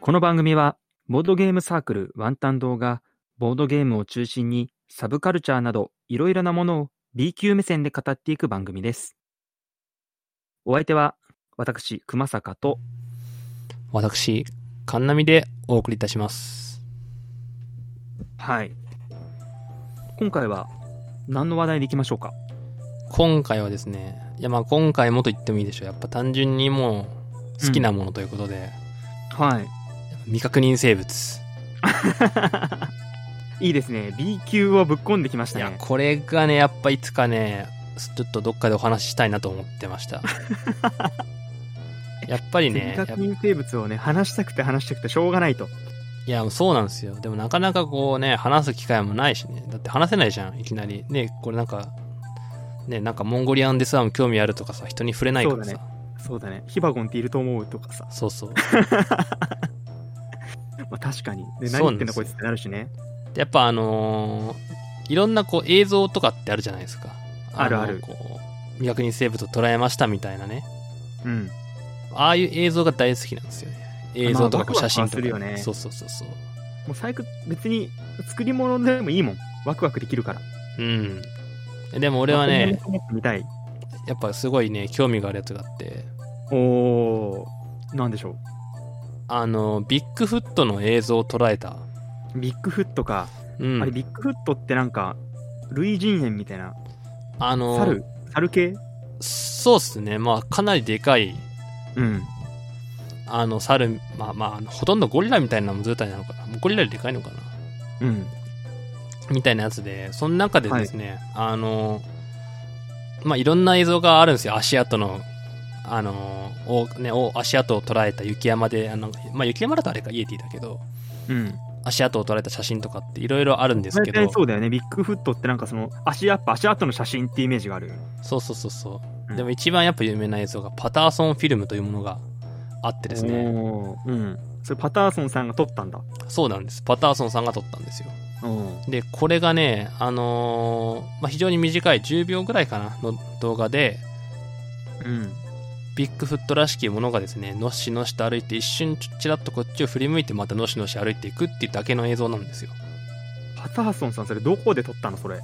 この番組は、ボードゲームサークルワンタン堂が、ボードゲームを中心に、サブカルチャーなど、いろいろなものを B 級目線で語っていく番組です。お相手は、私、熊坂と、私、カンナミでお送りいたします。はい。今回は、何の話題でいきましょうか今回はですね、いやまあ今回もと言ってもいいでしょう。やっぱ単純にもう好きなものということで、はい。未確認生物。いいですね。B 級をぶっ込んできましいたや、ね。これがね、やっぱいつかね、ちょっとどっかでお話ししたいなと思ってま した。やっぱりね、未確認生物をね、話したくて話したくてしょうがないと。いや、そうなんですよ。でもなかなかこうね、話す機会もないしね。だって話せないじゃん、いきなり。ね、これなんか、ね、なんかモンゴリアンデスワーム興味あるとかさ、人に触れないからそうさだ。そうだね。ヒバゴンっていると思うとかさ。そうそう。まあ確かに。で、そ何うな言んってんでだすこよいつってなるしね。でやっぱあのーいろんなこう映像とかってあるじゃないですか。あるあるのこう未確認生物を捉えましたみたいなね。うん。ああいう映像が大好きなんですよね。映像とかこうまあ写真とワクか、ワクはするよねそうそうそうそう。もう最悪、別に作り物でもいいもん。ワクワクできるから。うん。でも俺はね、ワクワクもっと見たい。やっぱすごいね、興味があるやつがあって、おー、なんでしょあの、ビッグフットの映像を捉えた。う。ビッグフットか。うん。あれ、ビッグフットってなんか、類人猿みたいな。あのー猿猿系そうっすね。まあ、かなりでかい、うん。あの、猿、まあまああの、ほとんどゴリラみたいなのもずっとなのかな。もうゴリラよりでかいのかな。うん。みたいなやつで、その中でですね、あの、まあ、いろんな映像があるんですよ。足跡の、あの、おね、お足跡を捉えた雪山で、あのまあ、雪山だとあれか、イエティだけど、うん。足跡を捉えた写真とかっていろいろあるんですけど、大体そうだよね。ビッグフットってなんかその、足、やっぱ足跡の写真ってイメージがあるよね。そうそうそうそう、うんでも一番やっぱ有名な映像が、パターソンフィルムというものがあってですね、おーうん。それパターソンさんが撮ったんだ。そうなんです。パターソンさんが撮ったんですよ。うん。で、これがね、あのーまあ、非常に短い10秒ぐらいかな、の動画で、うん。ビッグフットらしきものがですね、のしのしと歩いて、一瞬ちょちらっとこっちを振り向いて、またのしのし歩いていくっていうだけの映像なんですよ。パターソンさん、それどこで撮ったのそれ。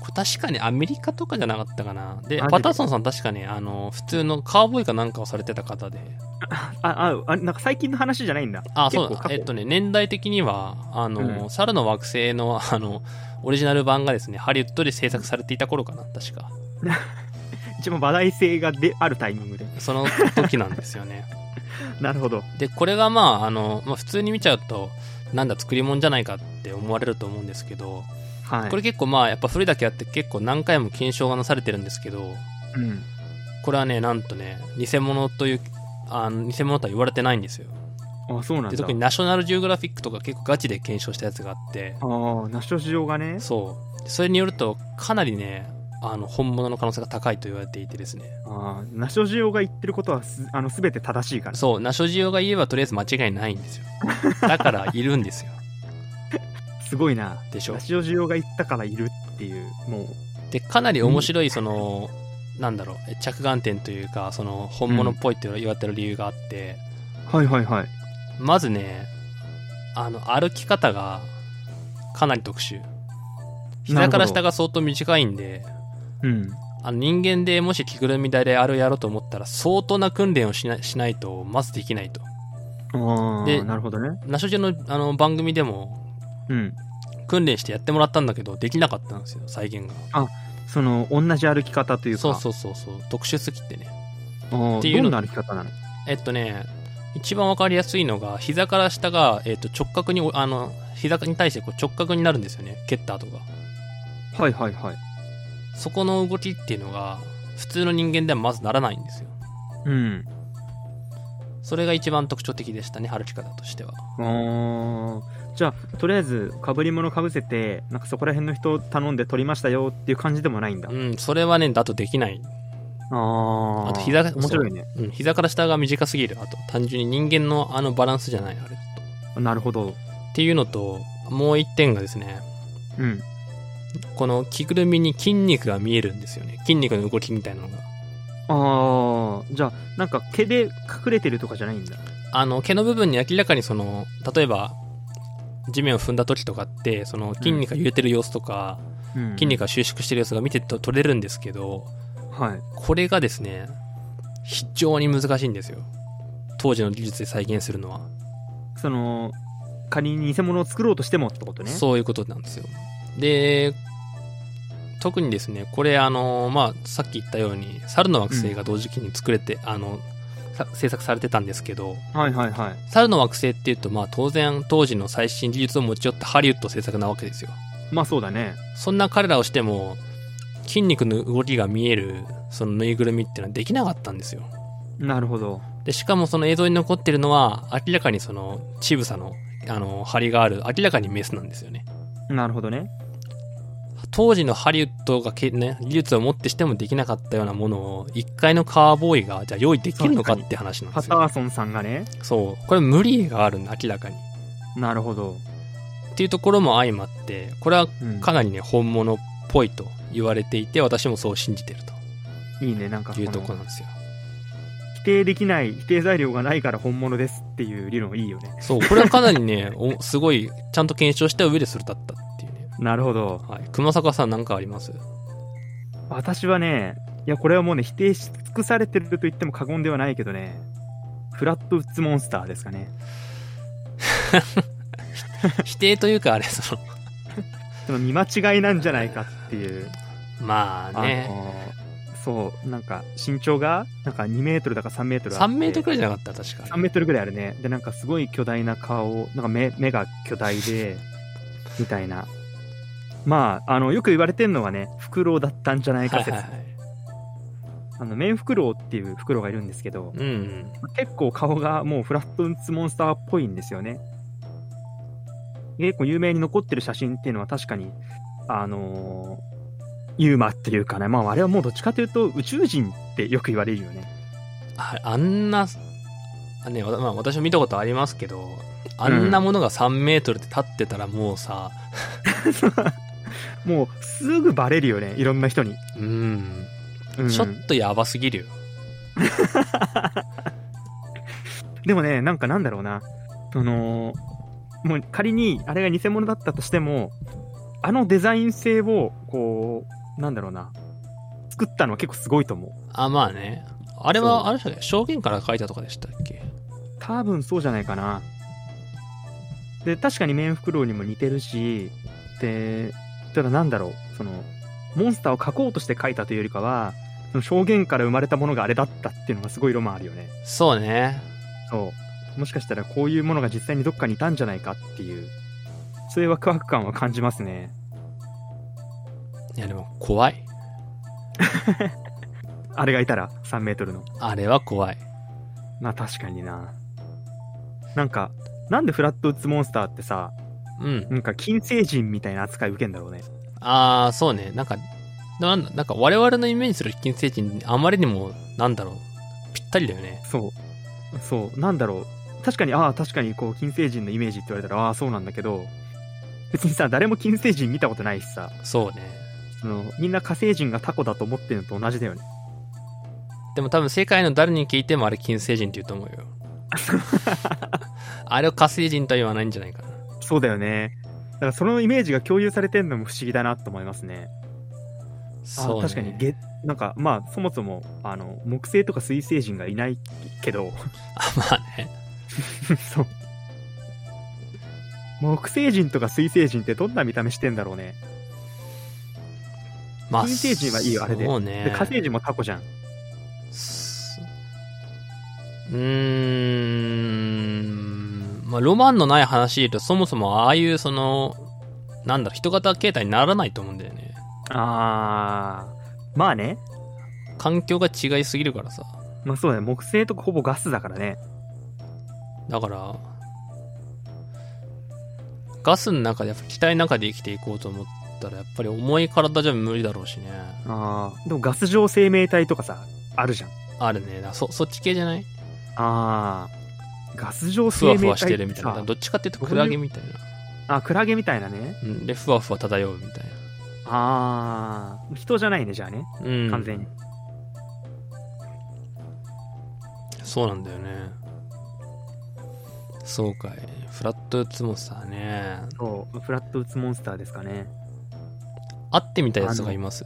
これ確かにアメリカとかじゃなかったかな。でマジで、パターソンさん確かね、あの、普通のカーボーイかなんかをされてた方で、あ、あ、あなんか最近の話じゃないんだ。あ、結そ構う過、去えっとね、年代的には、あの、うん猿の惑星の、あの、オリジナル版がですね、ハリウッドで制作されていた頃かな、確か。一番話題性がであるタイミングで。その時なんですよね。なるほど。でこれがまああの、まあ、普通に見ちゃうとなんだ作り物じゃないかって思われると思うんですけど、はい。これ結構まあやっぱ古いだけあって結構何回も検証がなされてるんですけどうん。これはねなんとね偽物というあの偽物とは言われてないんですよあ、そうなんでだ特。にナショナルジオグラフィックとか結構ガチで検証したやつがあってああ、ナショジオがね。そうそれによるとかなりねあの本物の可能性が高いと言われていてですねああ、ナショジオが言ってることはす、あの、すべて正しいから。そうナショジオが言えばとりあえず間違いないんですよだからいるんで すよすごいな。でしょナショジオが言ったからいるっていう、もう。でかなり面白いその、なんだろうえ着眼点というかその本物っぽいって言われてる理由があって、はいはいはい。まずねあの歩き方がかなり特殊膝から下が相当短いんでうん。あの人間でもし着ぐるみ台であれをやろうと思ったら相当な訓練をしなしないとまずできないとああ、でなるほどね。ナショジのあの番組でもうん。訓練してやってもらったんだけどできなかったんですよ再現がその、同じ歩き方というか。そうそうそうそう特殊すぎてねああっていうどのんな歩き方なのえっとね、一番わかりやすいのが、膝から下が、えっと、直角に、あの、膝に対してこう直角になるんですよね、蹴った後が。はいはいはい。そこの動きっていうのが、普通の人間ではまずならないんですよ。うん。それが一番特徴的でしたね、歩き方としては。ああ。じゃあ、とりあえず、被り物被せて、なんかそこら辺の人頼んで取りましたよっていう感じでもないんだ。うん、それはね、だとできない。ああ。あと膝が面白いね。うん、膝から下が短すぎる。あと、単純に人間のあのバランスじゃない、あれと。なるほど。っていうのと、もう一点がですね、うん。この着ぐるみに筋肉が見えるんですよね。筋肉の動きみたいなのが。ああ、じゃあ、なんか毛で隠れてるとかじゃないんだ。あの毛の部分に明らかにその例えば地面を踏んだ時とかってその筋肉が揺れてる様子とか、うん筋肉が収縮してる様子が見てと取れるんですけどはい。これがですね非常に難しいんですよ当時の技術で再現するのは、その、仮に偽物を作ろうとしてもってことね。そういうことなんですよで特にですねこれあのまあさっき言ったように猿の惑星が同時期に作れて、あのさ制作されてたんですけど、はいはいはい。猿の惑星っていうと、まあ当然当時の最新技術を持ち寄ったハリウッド制作なわけですよ。まあそうだね。そんな彼らをしても、筋肉の動きが見える、そのぬいぐるみっていうのはできなかったんですよ。なるほど。で、しかもその映像に残ってるのは、明らかにその、ちぶさの、あの、張りがある、明らかにメスなんですよね。なるほどね。当時のハリウッドがけ、ね、技術を持ってしてもできなかったようなものを、一回のカーボーイが、じゃあ用意できるのかって話なんでパすタよ。ーソンさんがね。そう。これ無理があるんだ、明らかに。なるほど。っていうところも相まって、これはうんかなりね本物っぽいと言われていて私もそう信じてるいいね。なんかとこいうとこの、なんですよ否定できない、否定材料がないから本物ですっていう理論いいよね。そうこれはかなりねおすごいちゃんと検証した上でそれだったっていうねなるほど。はい熊坂さん何かあります私はね、いや、これはもうね、否定し尽くされてると言っても過言ではないけどね、フラットウッズモンスターですかね。否定というかあれその その見間違いなんじゃないかっていう。まああねのそう、なんか身長が、なんか2メートルだか3メートルあ3って。メートルくらいじゃなかった確か3メートルぐらいあるね。で、なんかすごい巨大な顔、なんか目目が巨大 で、みたいな。まあ、あの、よく言われてるのはね、フクロウだったんじゃないかはい説。はいはいあの、メンフクロウっていうフクロウがいるんですけど、うんうん結構顔がもうフラットウッズモンスターっぽいんですよね。結構有名に残ってる写真っていうのは確かに、あのーユーマっていうかね、まああれはもうどっちかというと宇宙人ってよく言われるよね。ああんなあねわまあ、私も見たことありますけどあんなものが3メートルで立ってたらもうさもうすぐバレるよね、いろんな人に。うんうんちょっとやばすぎるよでもね、なんかなんだろうな、その、もう仮にあれが偽物だったとしても、あのデザイン性を、こう、なんだろうな、作ったのは結構すごいと思う。あ、まあね。あれそうは、あれでしたっけ証言から書いたとかでしたっけ多分そうじゃないかな。で、確かにメンフクロウにも似てるし、で、ただなんだろう、その、モンスターを描こうとして描いたというよりかは、その証言から生まれたものがあれだったっていうのがすごいロマンあるよね。そうね。そう。もしかしたらこういうものが実際にどっかにいたんじゃないかっていう、そういうワクワク感は感じますね。いや、でも怖い。あれがいたら、3メートルの。あれは怖い。まあ確かにな。なんか、なんでフラットウッズモンスターってさ、うん。なんか金星人みたいな扱い受けんだろうね。ああ、そうね。なんか、なんだなんか我々のイメージする金星人、あまりにも、なんだろう。ぴったりだよね。そう。そう。なんだろう。確かに、ああ、確かに、こう、金星人のイメージって言われたら、ああ、そうなんだけど、別にさ、誰も金星人見たことないしさ、そうね。その、みんな火星人がタコだと思ってるのと同じだよね。でも多分世界の誰に聞いてもあれ金星人って言うと思 うよ。あれを火星人とは言わないんじゃないかな。そうだよね。だから、そのイメージが共有されてんのも不思議だなと思いますね。ああそうね。確かに、げ、なんか、まあ、そもそも、あの、木星とか水星人がいないけど、あ、まあね。 そう。木星人とか水星人ってどんな見た目してんだろうね。まあ、金星人はいいよあれでそうね。で、火星人もタコじゃん。すうーん、まあ、ロマンのない話で言うと、そもそもああいう、その、なんだろう、人型形態にならないと思うんだよね。あー、まあね。環境が違いすぎるからさ。まあそうだね、木星とかほぼガスだからね。だから、ガスの中で、やっぱ機体の中で生きていこうと思ったら、やっぱり重い体じゃ無理だろうしね。ああ。でもガス状生命体とかさ、あるじゃん。あるね。だからそ、そっち系じゃないあー。ガス状ふ生命わ体ふわしてるみたいな。だからさどっちかっていうとどういクうラゲみたいな。あ、クラゲみたいなね。うん。で、ふわふわ漂うみたいあー。人じゃないね、じゃあね。な。うん。完全に。そうなんだよね。そうかい。フラット打つもさね。そう、フラット打つモンスターですかね。会ってみたいやつがいます。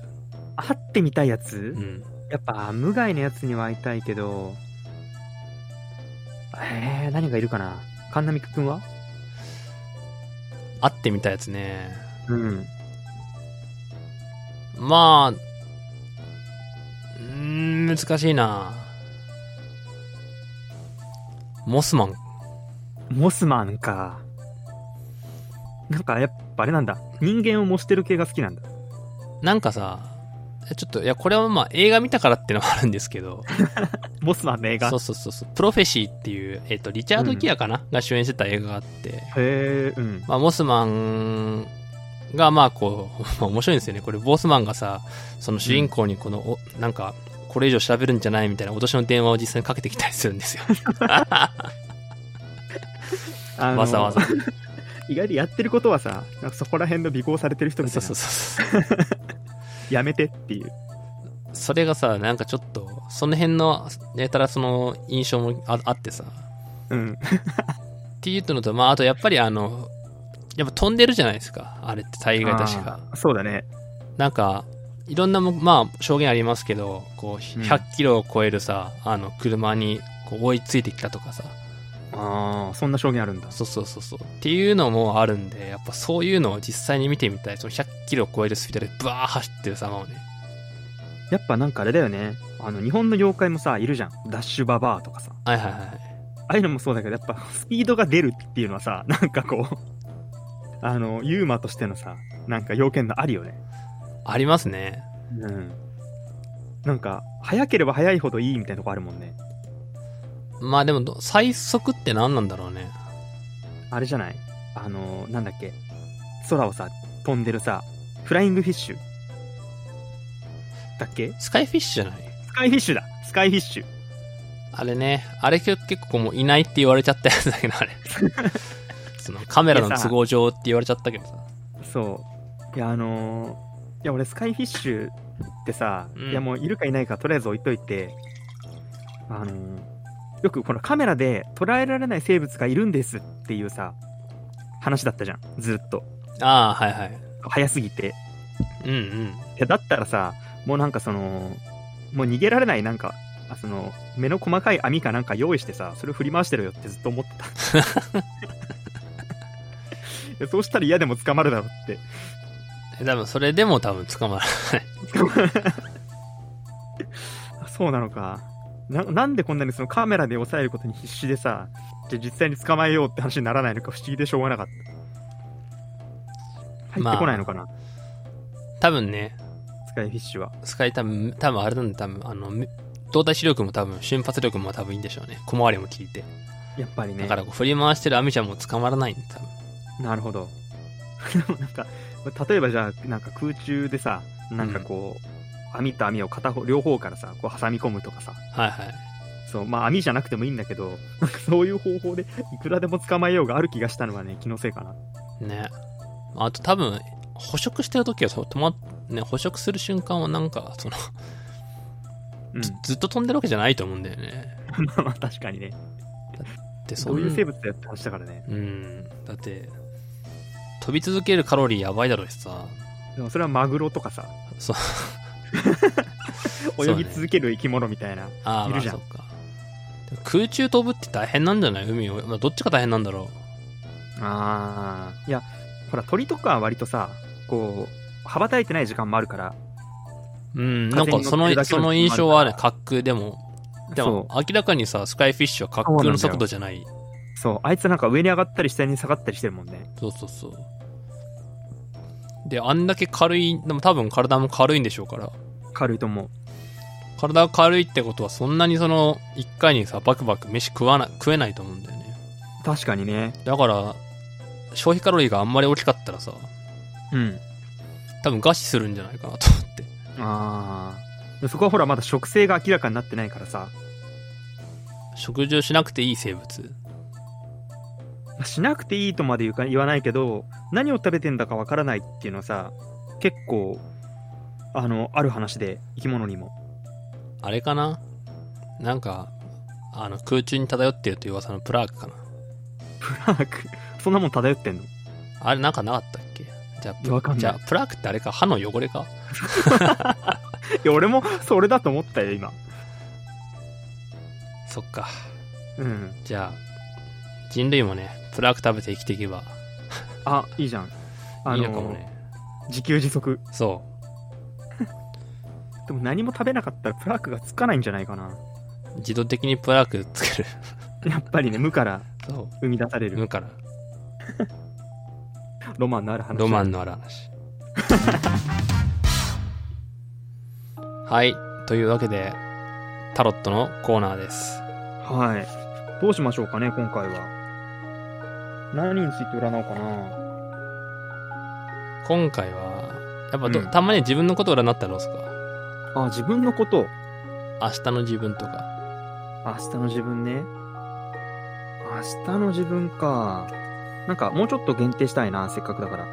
会ってみたいやつ、うん。やっぱ無害のやつには会いたいけど、えー、何がいるかな神奈美くんは会ってみたいやつね。うん。まあ、うーん、難しいな。モスマン。モスマンか。なんかやっぱあれなんだ。人間を模してる系が好きなんだ。なんかさ、えちょっと、いや、これはまあ映画見たからってのはあるんですけど、モスマンの映画そうそうそうそう、プロフェシーっていう、えっ、と、リチャード・ギアかな、が主演してた映画があって、へえ、うん。まあ、モスマンが、まあ、こう、 面白いんですよね。これ、ボスマンがさ、その主人公にこの、おなんか、これ以上調べるんじゃないみたいな脅しの電話を実際にかけてきたりするんですよ。 あのわざわざ。。意外とやってることはさ、なんかそこら辺の尾行されてる人みたそいうな。そうそうそう。やめてっていう。それがさ、なんかちょっと、その辺の、やたらその印象もああってさ、うん。っていうのと、まあ、あとやっぱりあの、やっぱ飛んでるじゃないですか。あれって大概確か。あーそうだね。なんか、いろんなも、まあ、証言ありますけど、こう、うん100キロを超えるさ、あの、車に、こう、追いついてきたとかさ、ああ、そんな証言あるんだ。そうそうそうそう。っていうのもあるんで、やっぱそういうのを実際に見てみたい。その100キロを超えるスピードで、ブワー走ってる様をね。やっぱなんかあれだよね。あの、日本の妖怪もさ、いるじゃん。ダッシュババアとかさ。はいはいはい。ああいうのもそうだけど、やっぱスピードが出るっていうのはさ、なんかこう、あの、ユーマとしてのさ、なんか要件のあるよね。ありますね。うん。なんか、早ければ早いほどいいみたいなとこあるもんね。まあでもど、最速って何なんだろうね。あれじゃないあの、なんだっけ。空をさ、飛んでるさ、フライングフィッシュ。だっけスカイフィッシュじゃないスカイフィッシュだスカイフィッシュ。あれね、あれ結構もういないって言われちゃったやつだけど、 あれ。そのカメラの都合上って言われちゃったけどさ。そう。いや、あのーいや、俺、スカイフィッシュってさ、うんいや、もういるかいないか、とりあえず置いといて、あのーよくこのカメラで捉えられない生物がいるんですっていうさ、話だったじゃん、ずっと。ああ、はいはい。早すぎて。うんうん。いや、だったらさ、もうなんかその、もう逃げられない、なんか、あその、目の細かい網かなんか用意してさ、それを振り回してるよってずっと思ってた。い やそうしたら嫌でも捕まるだろうって。多分それでも多分捕まらない。あそうなのかななんでこんなにそのカメラで抑えることに必死でさじゃあ実際に捕まえようって話にならないのか不思議でしょうがなかった入まっあてこないのかな、多分ね、スカイフィッシュはスカイ多分、多分あれなんだ、多分あの、め動体視力も多分、瞬発力も多分いいんでしょうね。小回りも効いて。やっぱりねだからこう振り回してるアミちゃんも捕まらないんだ、多分。なるほどでもなんか例えばじゃあなんか空中でさなんかこう、網と網を片方両方からさこう挟み込むとかさはいはい。そうまあ網じゃなくてもいいんだけどなんかそういう方法でいくらでも捕まえようがある気がしたのはね気のせいかなねあと多分捕食してる時はそう止まっね捕食する瞬間はなんかその うんずずっと飛んでるわけじゃないと思うんだよねまあまあ確かにねでそそんういう生物だよって話だからねうんだって飛び続けるカロリーやばいだろうしさでもそれはマグロとかさそう 泳ぎ続ける生き物みたいな、ああいまるあじゃんそっかでも空中飛ぶって大変なんじゃない海を、まあ、どっちが大変なんだろああいやほら鳥とかは割とさこう羽ばたいてない時間もあるからううんなんか風そに乗ってるのだけのその印象はね滑空でもでもそ明らかにさスカイフィッシュは滑空の速度じゃないうそうあいつなんか上に上がったり下に下がったりしてるもんねそうそうそう。で、あんだけ軽い、でも多分体も軽いんでしょうから。軽いと思う体が軽いってことは、そんなにその、一回にさ、バクバク飯食わな、食えないと思うんだよね。確かにねだから、消費カロリーがあんまり大きかったらさ、うん多分餓死するんじゃないかなと思って。ああそこはほらまだ食性が明らかになってないからさ、食事をしなくていい生物。まあしなくていいとまで言うか言わないけど何を食べてんだかわからないっていうのはさ結構あのある話で生き物に もあれかななんか、あの、空中に漂ってるという噂のプラークかな。プラーク。そんなもん漂ってんのあれなんかなかったっけじゃあ、プわかんないじゃあプラークってあれか歯の汚れかいや、俺もそれだと思ったよ、今。そっか。うん。じゃあ、人類もね、プラーク食べて生きていけばあ、いいじゃん。あいいの、のかもね。自給自足。そでも何も食べなかったらプラークがつかないんじゃないかな。う。自動的にプラーク作る。やっぱりね、無からそ生み出されう。る無から。ロマンのある話。ロマンのある話。 はい。というわけで、タロットのコーナーです。はい。どうしましょうかね、今回は。何について占おうかな。今回は、やっぱど、うんたまに自分のこと占ったらどうすかあ、自分のこと。明日の自分とか。明日の自分ね。明日の自分か。なんか、もうちょっと限定したいな、せっかくだから。う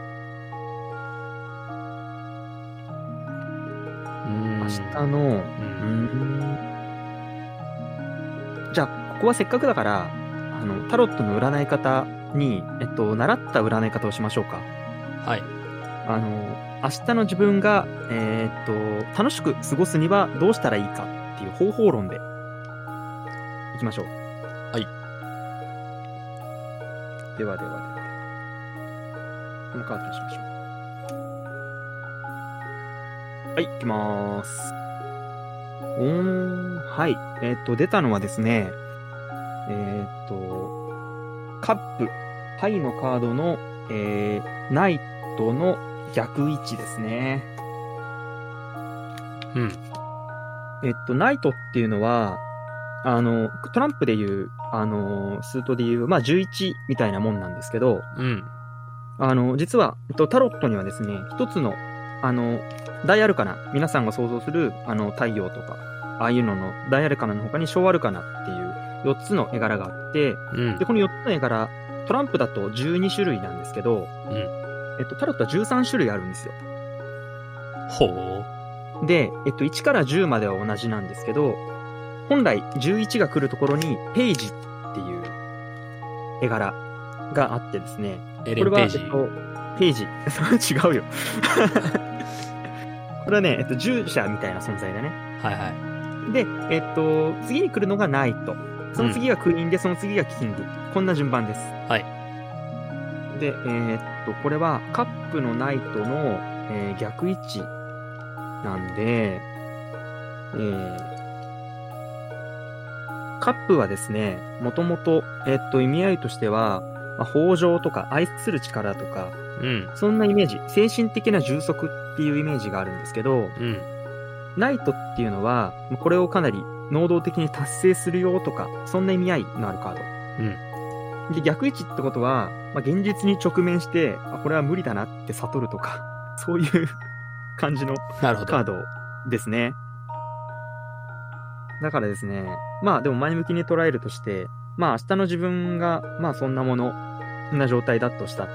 ーん明日の、う。うんーん。じゃあ、ここはせっかくだから、あの、タロットの占い方に、えっと、習った占い方をしましょうか。はい。あの、明日の自分が、えーっと、楽しく過ごすにはどうしたらいいかっていう方法論で、いきましょう。はい。ではではではでは。このカードにしましょう。はい、いきまーす。おー、はい。えーっと、出たのはですね、えーっと、カップ、パイのカードの、えー、ナイトの逆位置ですね。うん。えっと、ナイトっていうのは、あの、トランプでいう、あの、スートでいう、まあ、11みたいなもんなんですけど、うん。あの、実は、えっと、タロットにはですね、一つの、あの、大アルカナ、皆さんが想像する、あの、太陽とか、ああいうのの大アルカナの他に小アルカナっていう4つの絵柄があって、うんで、。この4つの絵柄、トランプだと12種類なんですけど、うんえっと、タロットは13種類あるんですよ。ほう。で、えっと、1から10までは同じなんですけど、本来11が来るところにページっていう絵柄があってですね、エレこれン・ペは、えーっとジ。、ページ。 それは違うよ。これはね、えっと、従者みたいな存在だね。はいはで、えっと、次に来るのがナイト。その次がクイーンで、その次がキング。こんな順番です。はで、えーっと、これはカップのナイトの、えー逆位置なんで、えーカップはですね、もともと、えーっと、意味合いとしては、まあ、豊穣とか愛する力とか、い。うん。そんなイメージ、精神的な充足っていうイメージがあるんですけど、うん。ナイトっていうのは、これをかなり能動的に達成するよとか、そんな意味合いのあるカード。で、逆位置ってことは、まあ、現実に直面して、あ、これは無理だなって悟るとか、そういう感じのなるほど。カードですね。だからですね、まあでも前向きに捉えるとして、まあ明日の自分が、まあそんなもの、そんな状態だとした。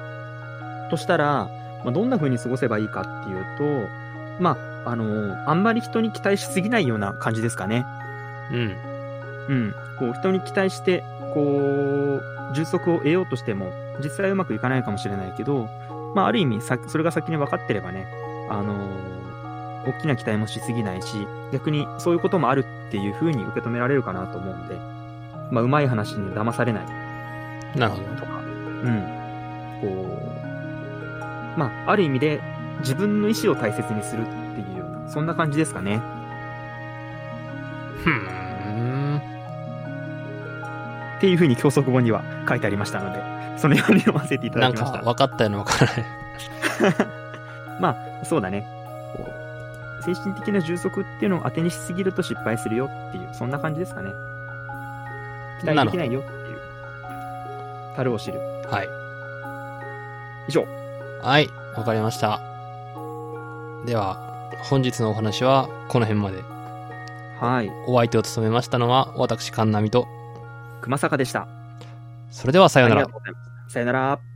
としたら、まあ、どんな風に過ごせばいいかっていうと、まあ、あの、あんまり人に期待しすぎないような感じですかね。うん。うん、こう人に期待してこう充足を得ようとしても実際はうまくいかないかもしれないけど、まあ、ある意味さそれが先に分かってればね、あのー大きな期待もしすぎないし逆にそういうこともあるっていうふうに受け止められるかなと思うんで、まあ、うまい話に騙されないなるほど。とか、うん、こうまあある意味で自分の意思を大切にするっていうようなそんな感じですかね。ふーん。っていうふうに教則本には書いてありましたので、そのように読ませていたなだんきましかた。分かったような分からない。そうだね。こう精神的な充足っていうのを当てにしすぎると失敗するよっていう、そんな感じですかね。期待できないよっていう。樽を知る。はい。以上。はい。わかりました。では、本日のお話はこの辺まで。はい。お相手を務めましたのは私、神奈美と。熊坂でした。それではさようならありがと。うございますさよなら。